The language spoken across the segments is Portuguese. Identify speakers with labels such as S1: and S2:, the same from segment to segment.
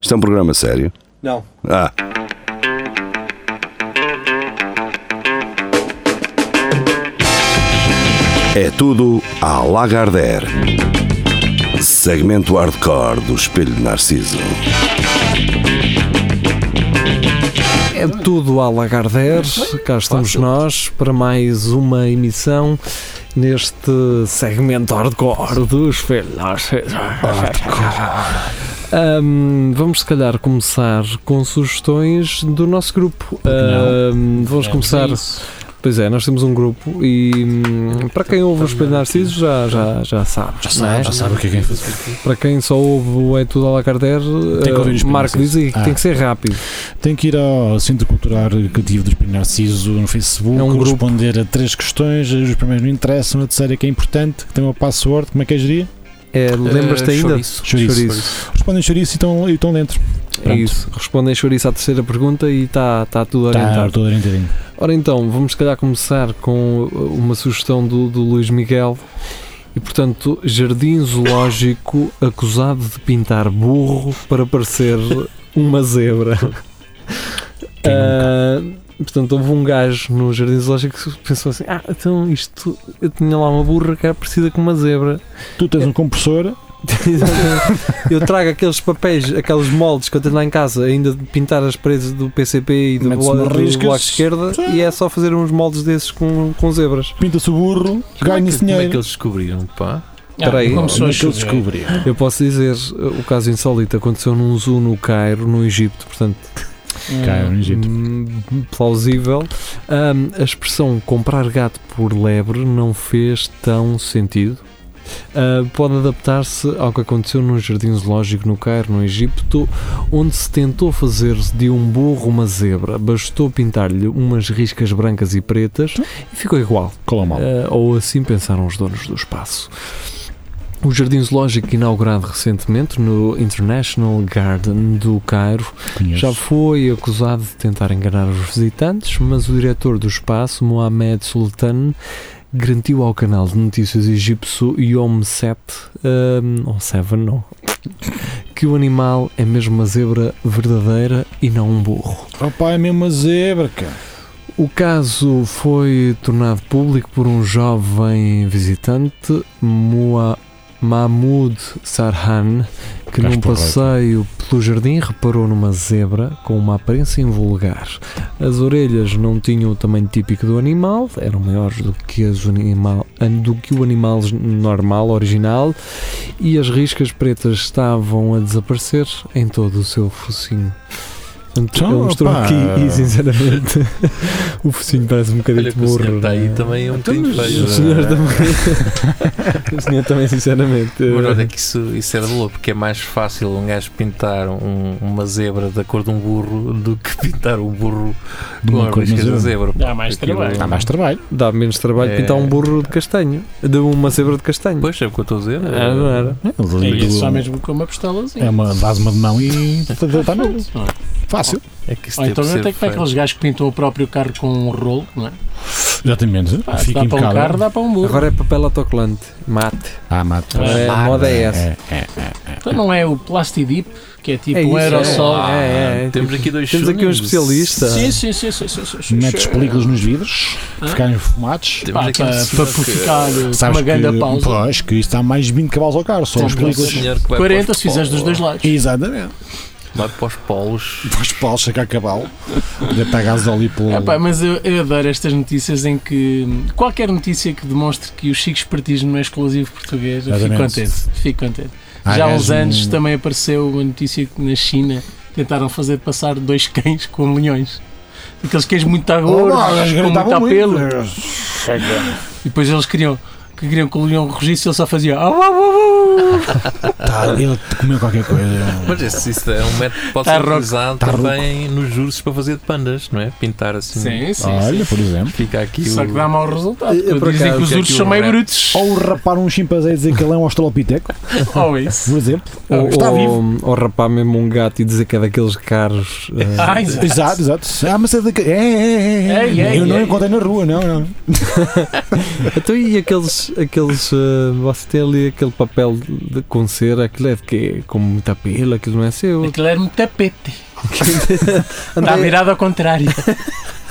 S1: Isto é um programa sério.
S2: Não.
S1: Ah, é tudo à Lagardère. Segmento hardcore do Espelho de Narciso.
S3: É tudo a Lagardère, cá estamos nós para mais uma emissão neste segmento hardcore dos filhos. Ahm, vamos se calhar começar com sugestões do nosso grupo. Ahm, vamos
S4: É
S3: começar. Pois é, nós temos um grupo e hum, para quem ouve o Espelho Narciso já, já, já sabe. Já
S4: Sabe, já sabe o que é que é fazer.
S3: Para quem só ouve o É Tudo à Lacardère,
S4: Tem que ouvir o Espelho
S3: Marco diz
S4: Narciso.
S3: aí que
S4: Ah.
S3: tem que ser rápido.
S4: Tem que ir ao Centro Cultural Educativo do Espírito Narciso no Facebook,
S3: É um grupo.
S4: responder a três questões, eh, os primeiros não interessam, a terceira é que é importante, que tem uma password, como é que é geria?
S3: É, Lembras-te ainda?
S4: Eh, Chouriço. Respondem chouriço e estão, e estão dentro.
S3: É
S4: Pronto.
S3: isso. Respondem chouriço à terceira pergunta e está tá tudo
S4: Está
S3: orientado.
S4: todo orientadinho.
S3: Ora então, vamos se calhar começar com uh, uma sugestão do, do Luís Miguel. E portanto, Jardim Zoológico acusado de pintar burro para parecer uma zebra.
S4: Quem
S3: Ah, portanto, houve um gajo no Jardim Zoológico que pensou assim: Ah, então isto, eu tinha lá uma burra que era parecida com uma zebra.
S4: Tu tens um compressor,
S3: eu trago aqueles papéis, aqueles moldes que eu tenho lá em casa, ainda de pintar as paredes do PCP e do,
S4: Metes
S3: blo-
S4: umas
S3: do
S4: riscas.
S3: bloco de esquerda e é só fazer uns moldes desses com, com zebras.
S4: pinta-se o burro, ganha-se
S5: Como é que
S4: dinheiro.
S5: eles descobriram, pá?
S3: Espera aí.
S4: Como
S5: Começou
S4: é
S5: a
S4: que eles
S5: chover.
S4: descobriram?
S3: Eu posso dizer, o caso insólito aconteceu num zoo no Cairo, no Egito, portanto,
S4: Caio, no Egito.
S3: hum, plausível. Hum, a expressão comprar gato por lebre não fez tão sentido. Uh, pode adaptar-se ao que aconteceu num jardim zoológico no Cairo, no Egito, onde se tentou fazer de um burro uma zebra. Bastou pintar-lhe umas riscas brancas e pretas e ficou igual.
S4: Cola mal.
S3: Eh, ou assim pensaram os donos do espaço. O Jardim Zoológico, inaugurado recentemente no International Garden do Cairo,
S4: Conheço.
S3: já foi acusado de tentar enganar os visitantes, mas o diretor do espaço, Mohamed Sultan, garantiu ao canal de notícias egípcio Yom 7, hum, ou 7 não, que o animal é mesmo uma zebra verdadeira e não um burro.
S4: Opa, é mesmo uma zebra, cara.
S3: O caso foi tornado público por um jovem visitante, Mua- Mahmoud Sarhan, que
S4: Gajo
S3: num
S4: porreiro.
S3: passeio pelo jardim reparou numa zebra com uma aparência invulgar. As orelhas não tinham o tamanho típico do animal, eram maiores do que, as o animal, do que o animal normal, original, e as riscas pretas estavam a desaparecer em todo o seu focinho. Portanto,
S4: Então,
S3: ele mostrou
S4: opá.
S3: aqui e sinceramente o focinho parece um
S5: Olha
S3: bocadinho
S5: que o senhor
S3: burro.
S5: está aí também é um bocadinho feio.
S3: Então, o senhor também. o senhor também, sinceramente. eh,
S5: Mas olha que isso, isso é de louco, porque é mais fácil um gajo pintar um- uma zebra da cor de um burro do que pintar um burro
S4: De
S5: com
S4: uma
S5: as
S4: cor de
S5: riscas da
S4: uma zebra.
S5: zebra.
S6: Dá mais
S5: Aquilo-
S6: trabalho.
S4: Dá mais trabalho.
S3: Dá menos trabalho
S5: É.
S3: pintar um burro de castanho. De uma zebra de castanho.
S5: Pois, é o que eu estou a dizer.
S3: Ah, não era.
S6: É isso, só mesmo com uma pistolazinha.
S4: É uma, dás uma de mão e está mesmo.
S6: Não é?
S4: Fácil.
S5: É que isso
S6: Ou
S5: deve
S6: então
S5: ser
S6: até que vai
S5: feio.
S6: aqueles gajos que pintam o próprio carro com um rolo, não é?
S4: Exatamente.
S6: Ah, se
S4: Fica
S6: dá para um carro,
S4: impecável.
S6: dá para um burro.
S3: Agora é papel autocolante. Mate.
S4: Ah, mata.
S6: É,
S3: a moda é essa.
S4: É, é, é.
S6: Então não é o Plastidip, que é tipo
S3: É isso,
S6: um aerossol.
S3: é.
S6: tipo,
S5: Temos aqui dois
S3: Temos aqui um
S5: chulinhos.
S3: especialista.
S6: Sim, sim, sim, sim, sim, sim, sim.
S4: metes películas nos vidros,
S6: Hã?
S4: ficarem fumados.
S5: Temos
S6: Pá,
S5: aqui um
S6: para, para
S5: senhor que- é um
S6: ficar eh, uma grande pausa.
S4: Pois, que isso dá mais de 20 cavalos ao carro, só
S6: Temos
S4: as
S5: um
S4: películas.
S5: senhor que vai
S6: 40
S5: para os
S6: se fizeres dos dois lados.
S4: Exatamente.
S5: polos, Vai para os polos.
S4: Vais para lá chegar a cavalo, deve estar gasóleo pelo.
S6: É pá, mas eu, eu adoro estas notícias em que hum, qualquer notícia que demonstre que o chico espertismo é exclusivo português, eu fico
S4: Exatamente.
S6: contente. Fico contente.
S4: Ah,
S6: Já há
S4: és
S6: uns
S4: um-
S6: anos também apareceu uma notícia que na China tentaram fazer passar dois cães com leões. Aqueles cães muito
S4: Oh,
S6: agordos,
S4: pá, eles
S6: com muito
S4: gritavam
S6: apelo.
S4: muito. né?
S6: E depois eles queriam que, queriam que o leão rugisse e ele só fazia. "Au, au, au, au".
S4: Tá, ele comeu qualquer coisa.
S5: Mas esse- isso é um método que pode
S6: Tá
S5: ser
S6: rouco.
S5: utilizado
S4: Tá
S5: também nos juros para fazer de pandas, não é? Pintar assim.
S6: Sim, sim.
S4: Olha, por exemplo.
S5: Fica aqui
S6: Só que dá
S5: o.
S6: mau resultado.
S3: Eu,
S6: porque
S3: por
S6: Dizem
S3: acaso,
S6: que os
S5: que
S6: ursos
S5: aquilo
S6: são meio
S5: rap-
S6: brutos.
S4: Ou rapar um chimpanzé e dizer que ele é um australopiteco,
S6: Ou isso.
S4: por exemplo.
S5: Ah,
S3: Ou,
S4: Está vivo.
S3: ou, ou rapar mesmo um gato e dizer que é daqueles caros. eh,
S6: Ah, exato.
S4: Exato, exato. Ah, mas é daquele. É, é, é, é.
S6: Ei, ei,
S4: Eu não
S6: ei.
S4: encontrei na rua, não, não.
S3: Então e aqueles aqueles. aqueles ah, você tem ali aquele papel de, com cera, aquilo é de quê? Com muita pila, aquilo não é seu.
S6: Aquilo era um tapete. Está
S3: Andei-
S6: virado ao contrário.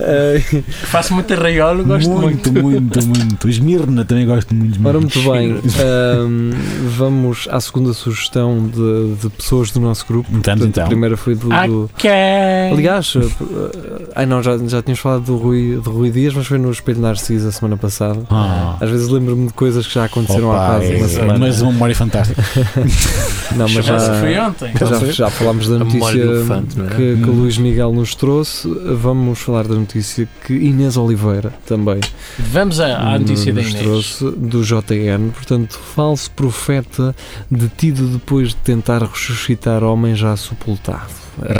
S3: Ah,
S6: Faço muito arraiolo, gosto muito.
S4: muito, muito, muito. Esmirna também gosto muito.
S3: Ora,
S4: muito
S3: muito bem, ahm, vamos à segunda sugestão de, de pessoas do nosso grupo.
S4: Estamos
S3: Portanto,
S4: então.
S3: A primeira foi do.
S6: Ah,
S3: do-
S6: que
S3: Aliás, eh, eh, ai não, já, já tínhamos falado do Rui, do Rui Dias, mas foi no Espelho Narciso a semana passada.
S4: Ah.
S3: Às vezes lembro-me de coisas que já aconteceram
S4: Opa,
S3: há quase
S4: é-
S3: uma semana.
S4: mas uma memória fantástica.
S3: não, mas já,
S6: Chama-se foi ontem.
S3: já, já falámos da
S5: A memória do
S3: notícia
S5: elefante, não é?
S3: que, que o
S4: Hum.
S3: Luís Miguel nos trouxe. Vamos falar da notícia que Inês Oliveira também
S6: Vamos à,
S3: Hum,
S6: à notícia da
S3: nos
S6: Inês.
S3: trouxe do JN, portanto, falso profeta detido depois de tentar ressuscitar homem já sepultado.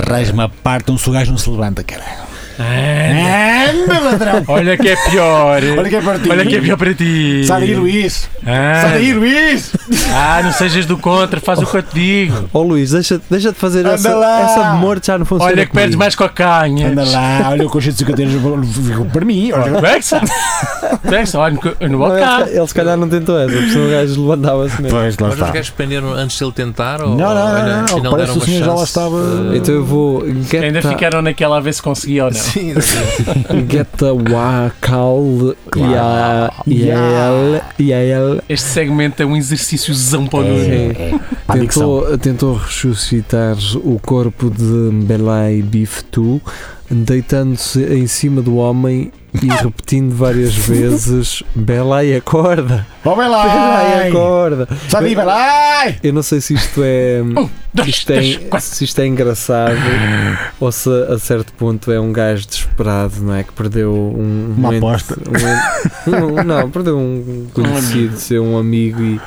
S4: Rasma a parte, um gajo não se levanta, cara.
S6: Ah,
S4: Anda, ladrão!
S6: Olha que é pior.
S4: Olha que é partido.
S6: Olha que é pior para ti.
S4: Sai daí, Luís!
S6: Ah,
S4: Sai daí, Luís!
S6: ah, não sejas do contra, faz o que eu te digo.
S3: Ó Luís, deixa, deixa de fazer
S4: Anda
S3: essa,
S4: lá!
S3: essa de morte já não funciona.
S6: Olha que perdes
S3: comigo.
S6: mais cocanha.
S4: Anda lá, olha o coxa de 50 euros para mim. Olha, é
S6: Bexa! Bexa, é olha, eu não vou
S3: Não,
S6: cá.
S3: ele, ele se calhar não tentou essa, porque senão o gajo levantava-se mesmo.
S4: Pois, lá
S5: Mas os
S4: está.
S5: gajos prenderam antes de ele tentar?
S4: Não,
S5: ou,
S4: não, não,
S5: ou ainda-
S4: não, não,
S5: ainda
S4: parece que
S5: deram
S4: o
S5: uma
S4: senhor já lá
S5: chance?
S4: estava-
S5: Ah,
S3: Então eu vou. Get
S6: Ainda
S3: the-
S6: ficaram naquela a ver se conseguia ou não.
S5: Sim, sim.
S3: Get the Wakal e a. E a ele- E a ele.
S6: Este segmento é um exercíciozão para o Nuno.
S3: É.
S4: Pá, dicção.
S3: Tentou, tentou ressuscitar o corpo de Belay Biftu, deitando-se em cima do homem e repetindo várias vezes: Belay acorda!
S4: Oh, vai
S3: Belay
S4: lá!
S3: acorda!
S4: Sai daí, vai lá! Então,
S3: Eu não sei se isto é.
S6: Um, Dois,
S3: Isto é,
S6: dois, quatro.
S3: se isto é engraçado ou se a certo ponto é um gajo desesperado, não é? Que perdeu um. um
S4: Uma
S3: ente-
S4: aposta.
S3: um ente- um- não, perdeu um conhecido, seu um amigo e,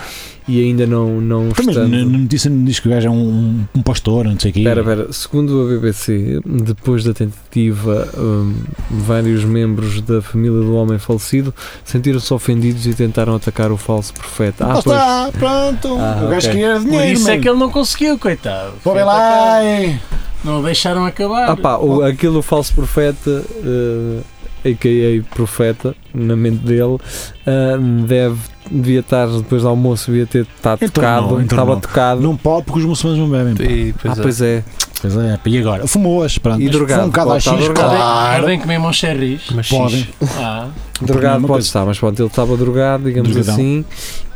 S3: e ainda não, não
S4: Pois, Então, Mas na
S3: estando.
S4: na notícia não diz que o gajo é um, um pastor, não sei o quê.
S3: Espera, espera. Segundo a BBC, depois da tentativa, hum, vários membros da família do homem falecido sentiram-se ofendidos e tentaram atacar o falso profeta.
S4: Lá
S3: Ah, pois.
S4: está, pronto.
S3: Ah,
S4: o
S3: ok.
S4: gajo queria
S6: Por
S4: dinheiro,
S6: isso é
S4: mano.
S6: que ele não conseguiu, coitado.
S4: Pô, vai lá! Ai,
S6: Não o deixaram acabar.
S3: Ah, pá, o, aquele falso profeta, eh, a.k.a. profeta, na mente dele, ah, deve, devia estar depois do almoço, devia ter estado
S4: Então
S3: tocado,
S4: não, então
S3: estava
S4: não.
S3: tocado.
S4: Não pode porque os muçulmanos não bebem. pá.
S5: E,
S3: ah,
S5: pois é.
S3: pois é.
S4: Pois é, pá, e agora? Fumou-as, pronto.
S3: E
S4: Mas
S3: drogado,
S4: Foi um bocado
S3: pode
S4: às
S3: estar
S4: X,
S3: drogado.
S4: claro.
S6: Podem comer mão xerris.
S5: Mas
S4: Podem.
S5: xixi.
S6: Ah,
S3: Drogado
S4: Uma
S3: pode
S4: coisa.
S3: estar, mas pronto, ele estava drogado, digamos
S4: Drogadão.
S3: assim.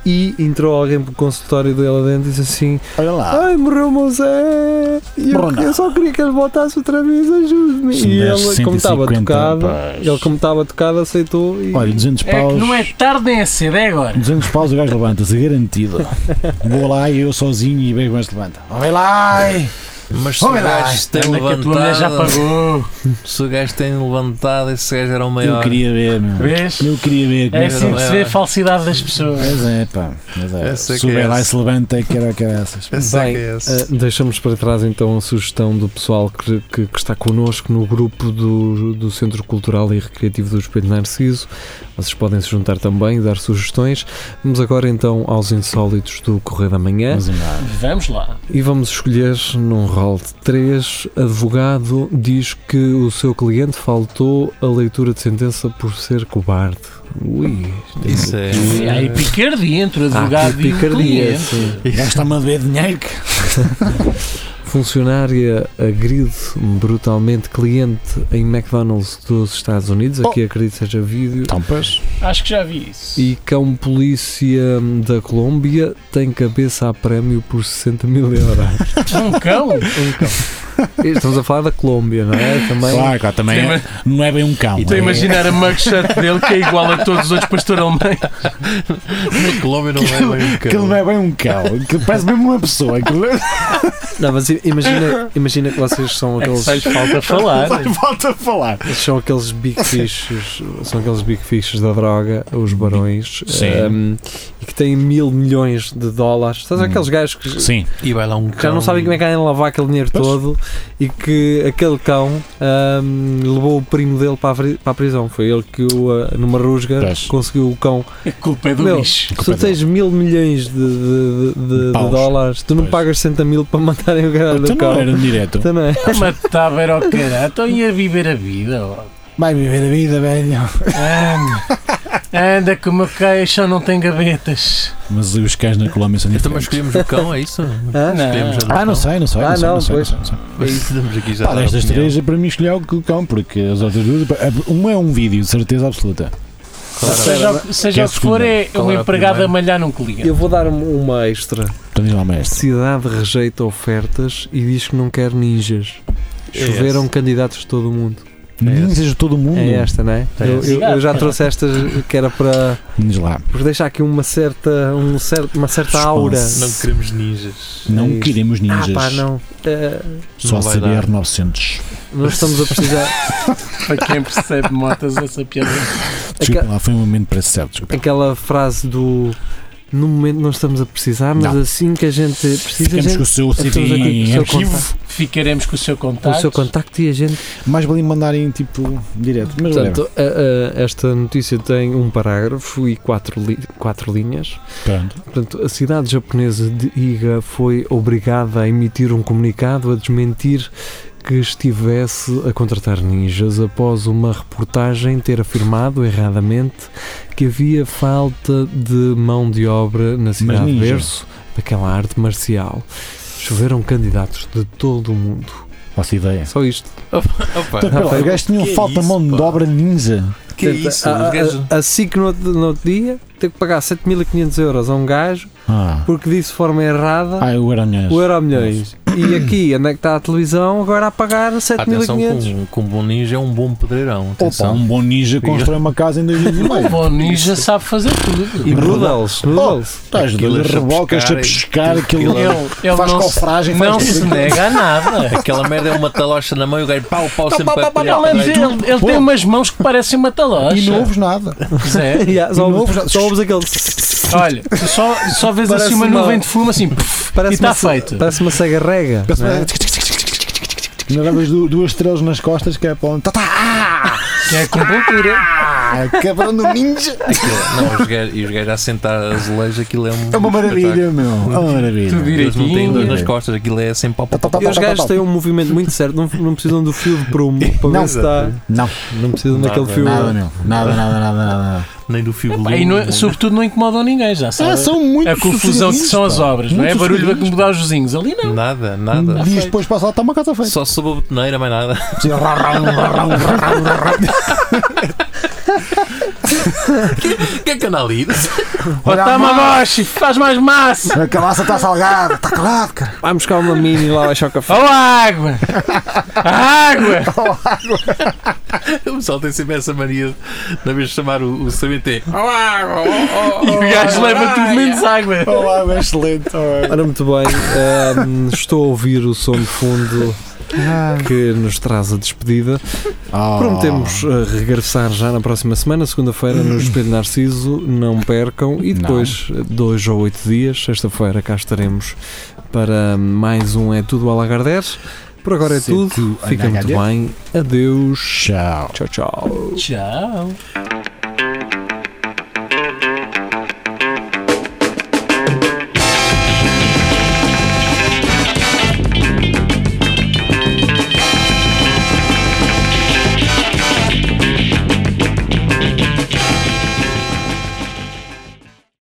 S3: E entrou alguém para o consultório dele adentro e disse assim:
S4: Olha lá.
S3: Ai, morreu o meu Zé! E eu,
S4: Bruna.
S3: eu só queria que ele voltasse outra vez, ajude-me!
S4: Se
S3: E
S4: der
S3: ele, como estava
S4: 150,
S3: tocado,
S4: pois.
S3: ele, como estava tocado, aceitou e.
S4: Olha, 200
S6: é que
S4: paus.
S6: não é tarde nem é cedo, é agora.
S4: 200 paus o gajo levanta-se, garantido. Vou lá e eu sozinho e bem o gajo levanta. Oh, vai lá! ai.
S5: Mas se
S4: Oh,
S5: o
S4: vai lá.
S5: gajo se tem
S6: Anda que a tua mulher já
S5: levantado,
S6: pagou.
S5: se o gajo tem levantado, esse gajo era o maior.
S4: Eu queria ver, meu.
S6: Vês?
S4: Eu queria ver. como
S6: É
S4: é que
S6: assim que se vê
S5: é.
S6: a falsidade das pessoas.
S4: Mas é, pá. Mas é.
S5: Essa é que
S4: Se o
S5: é
S4: vai lá e
S5: essa.
S4: se levanta, que era que era essas.
S5: Esse é que é esse.
S3: Ah, deixamos para trás então a sugestão do pessoal que, que- que está connosco no grupo do, do Centro Cultural e Recreativo do Espelho Narciso. Vocês podem se juntar também e dar sugestões. Vamos agora então aos insólitos do Correio da Manhã
S4: Mas embora.
S6: Vamos lá.
S3: e vamos escolher num rol de 3. Advogado diz que o seu cliente faltou a leitura de sentença por ser cobarde. Ui, isto
S5: Isso é.
S6: E aí picardia entre o
S3: Há aqui
S6: advogado e o cliente.
S3: sim.
S4: Gasta-me a dever dinheiro. que-
S3: Funcionária agride brutalmente cliente em McDonald's dos Estados Unidos,
S6: Oh.
S3: aqui acredito seja vídeo.
S4: Então, pois.
S6: Acho que já vi isso.
S3: E cão polícia da Colômbia tem cabeça a prémio por 60 mil euros.
S6: Um cão?
S3: Estamos a falar da Colômbia, não é? Também.
S4: Claro, claro, também
S6: Sim,
S4: é- não é bem um cão.
S5: E tu
S6: Estou a
S4: é-
S6: imaginar a mugshot dele que é igual a todos os outros pastor alemães.
S5: Na Colômbia não é bem um
S4: Aquilo não
S5: cão.
S4: é bem um cão, aquilo parece mesmo uma pessoa. Aquilo...
S3: Não, mas i- imagina, imagina que vocês são
S6: É que
S3: aqueles,
S6: só lhes falta falar.
S4: Vai, volta a falar.
S3: são aqueles big fishes, são aqueles big fishes da droga, os barões,
S4: Sim.
S3: ehm, e que têm mil milhões de dólares. Estás
S4: Hum.
S3: aqueles gajos que
S4: Sim,
S5: E vai lá um cão.
S3: que já não sabem como é que andam a lavar aquele dinheiro
S4: Pois.
S3: todo e que aquele cão ahm, levou o primo dele para a, fri- para a prisão. Foi ele que, o, ah, numa rusga,
S4: Pois.
S3: conseguiu o cão.
S6: A culpa é do
S3: Meu,
S6: lixo.
S4: Desculpa,
S3: Se tu tens mil milhões de, de- de- de- de
S4: Paus.
S3: dólares, tu não
S4: Pois.
S3: pagas 60 mil para matarem o cara
S4: tu
S3: do Tá
S4: não
S3: cão.
S6: tá
S4: era um Tá direto.
S3: Então não é?
S6: Matava era o caralho. Então ia viver a vida. ó.
S4: Vai viver a vida, velho.
S6: Anda, anda que o meu queixo não tem gavetas.
S4: Mas os cães na Colômbia são
S5: Então, mas
S4: diferentes.
S5: escolhemos o cão, é isso?
S3: Hã?
S5: Escolhemos a do
S4: Ah, não
S5: cão?
S4: sei, não sei.
S3: Ah,
S4: não, sei,
S3: não,
S4: não, sei,
S3: pois.
S4: não sei, não sei.
S5: É isso, estamos aqui já. a
S4: Pá,
S5: dar
S4: destas
S5: opinião.
S4: três, é para mim, escolher o cão, porque as outras duas. Uma é um vídeo, de certeza absoluta.
S5: Claro.
S6: seja o, seja
S4: Quer
S6: o que for, é
S5: Qual
S6: um
S5: era a
S6: empregado
S5: primeira?
S6: a malhar num cliente.
S3: Eu vou dar um- uma extra.
S4: Então diz lá, mestre.
S3: Cidade rejeita ofertas e diz que não quer ninjas.
S5: É
S3: Choveram
S5: esse.
S3: candidatos de todo o mundo.
S4: Ninjas de todo o mundo.
S3: É esta, não é?
S5: É
S3: Eu,
S5: essa.
S3: eu- eu já trouxe estas que era para.
S4: Diz lá.
S3: Porque deixa aqui uma certa, um cer- uma certa aura.
S5: Não queremos ninjas.
S4: Não
S3: É isto.
S4: queremos
S3: Ah,
S4: ninjas.
S3: pá, não. Eh,
S4: Só
S5: Não vai
S4: CBR
S5: dar.
S4: 900.
S3: nós estamos a precisar.
S6: Para quem percebe motas, essa piada.
S4: Desculpa,
S3: Aquela-
S4: lá foi um momento para certo. Desculpa.
S3: aquela frase do no momento não estamos a precisar, mas
S4: Não.
S3: assim que a gente precisa, a
S4: Ficamos
S3: gente,
S4: com o seu
S3: estamos
S4: CD
S3: aqui com o
S4: em
S3: seu
S4: arquivo.
S3: contacto.
S6: Ficaremos com o seu
S3: com o
S6: contacto.
S3: seu contacto e a gente.
S4: Mais valia mandarem tipo direto. Mas whatever.
S3: Portanto, a- a- esta notícia tem um parágrafo e quatro, li- quatro linhas.
S4: Pronto.
S3: Portanto, a cidade japonesa de Iga foi obrigada a emitir um comunicado a desmentir que estivesse a contratar ninjas após uma reportagem ter afirmado erradamente que havia falta de mão de obra na cidade
S4: ninja.
S3: verso daquela arte marcial. Choveram candidatos de todo o mundo.
S4: Faço ideia.
S3: Só isto.
S5: Opa,
S4: Então, pera lá,
S3: foi-
S4: os gajos tinham
S5: que é
S4: falta de
S5: isso,
S4: mão de
S5: pá?
S4: obra ninja.
S5: que é
S3: Portanto,
S4: ah,
S5: isso?
S3: A,
S5: Os gajos-
S3: a, a SIC no outro, no outro dia teve que pagar 7.500 euros a um gajo
S4: Ah,
S3: porque disse de forma errada
S4: ah o Aranhas.
S3: o euro milhões. E aqui, onde é que está a televisão, agora a pagar
S4: ah,
S5: Atenção,
S3: 7.500.
S5: com, com um bom ninja é um bom pedreirão.
S4: Opa,
S5: Atenção.
S4: um bom ninja constrói uma casa em dois dias e
S6: O
S4: meio.
S6: bom ninja sabe fazer tudo.
S3: E noodles, noodles.
S4: Estás
S5: Aquilo
S4: doido,
S5: é
S4: rebocas,
S5: chapiscar,
S4: chapiscar,
S5: é-
S4: aquilo
S5: aquilo
S6: Ele, ele
S4: faz
S6: um- não, se-
S4: cofragem,
S6: não
S4: faz
S6: se
S4: tudo.
S6: nega a nada.
S5: Aquela merda é uma talocha na mão e o gajo pau, pau, sempre a colher.
S6: Mas ele, ele
S4: Pô.
S6: tem umas mãos que parecem uma talocha.
S4: E não ouves nada.
S6: Pois é.
S3: Yeah, só,
S4: E novo,
S3: ouves,
S4: já-
S3: só ouves aquele.
S6: Olha, tu só, só vês
S3: Parece
S6: assim uma
S3: uma-
S6: nuvem de fumo assim. puf,
S3: Parece
S6: e está
S3: uma-
S6: feito.
S3: Parece uma cega rega. não é?
S4: Ainda levas du- duas estrelas nas costas que é para onde. Tá, tá,
S6: Que é acupuntura.
S4: ah, cabrão do ninja!
S5: Aquilo- Não, os gajos- e os gajos a sentar azulejo, aquilo é um.
S4: É uma maravilha, meu. É uma
S6: Tudo
S4: maravilha. Tá,
S5: Eles não têm dor
S6: direitinho.
S5: nas costas, aquilo é sempre pau, pau, pau, pau.
S3: E os gajos têm um movimento muito certo, não, não precisam do fio de prumo para
S4: Não.
S3: ver se está.
S4: Não,
S3: Não precisam
S5: Nada,
S3: daquele fio.
S4: nada, meu. Nada, nada, nada, nada.
S5: Nem do fio
S6: Pá, E não- é- sobretudo não incomodam ninguém, já sabe.
S4: muito
S6: É a confusão que são as obras, não é?
S4: Muito
S6: Barulho para
S4: sossegadinhos,
S6: incomodar os vizinhos. Ali não.
S5: Nada, nada.
S4: Dias depois passa lá, está uma casa feita.
S5: Só sob a botoneira, mais nada. O que é que anda ali?
S4: Olha a
S6: Tamagotchi, faz mais massa.
S4: A cabaça está salgada, está calado, cara.
S3: Vai buscar uma mini lá, vai ao café.
S6: Ó água! água!
S5: O pessoal tem sempre essa mania de, na vez de chamar o, o CBT.
S6: E o gajo leva tudo menos água.
S4: Olá, meu excelente. olá.
S3: Ora, muito bem, ahm, estou a ouvir o som de fundo que nos traz a despedida.
S4: Oh. Ah,
S3: Prometemos eh, regressar já na próxima semana, segunda-feira, no Espelho Narciso. Não percam. E depois, eh, dois ou oito dias, sexta-feira, cá estaremos para mais um É Tudo Alagarder. Por agora é
S4: Sempre
S3: tudo.
S4: a
S3: Fica muito
S4: Lagardère.
S3: bem. Adeus.
S4: Tchau.
S3: Tchau, tchau.
S6: Tchau.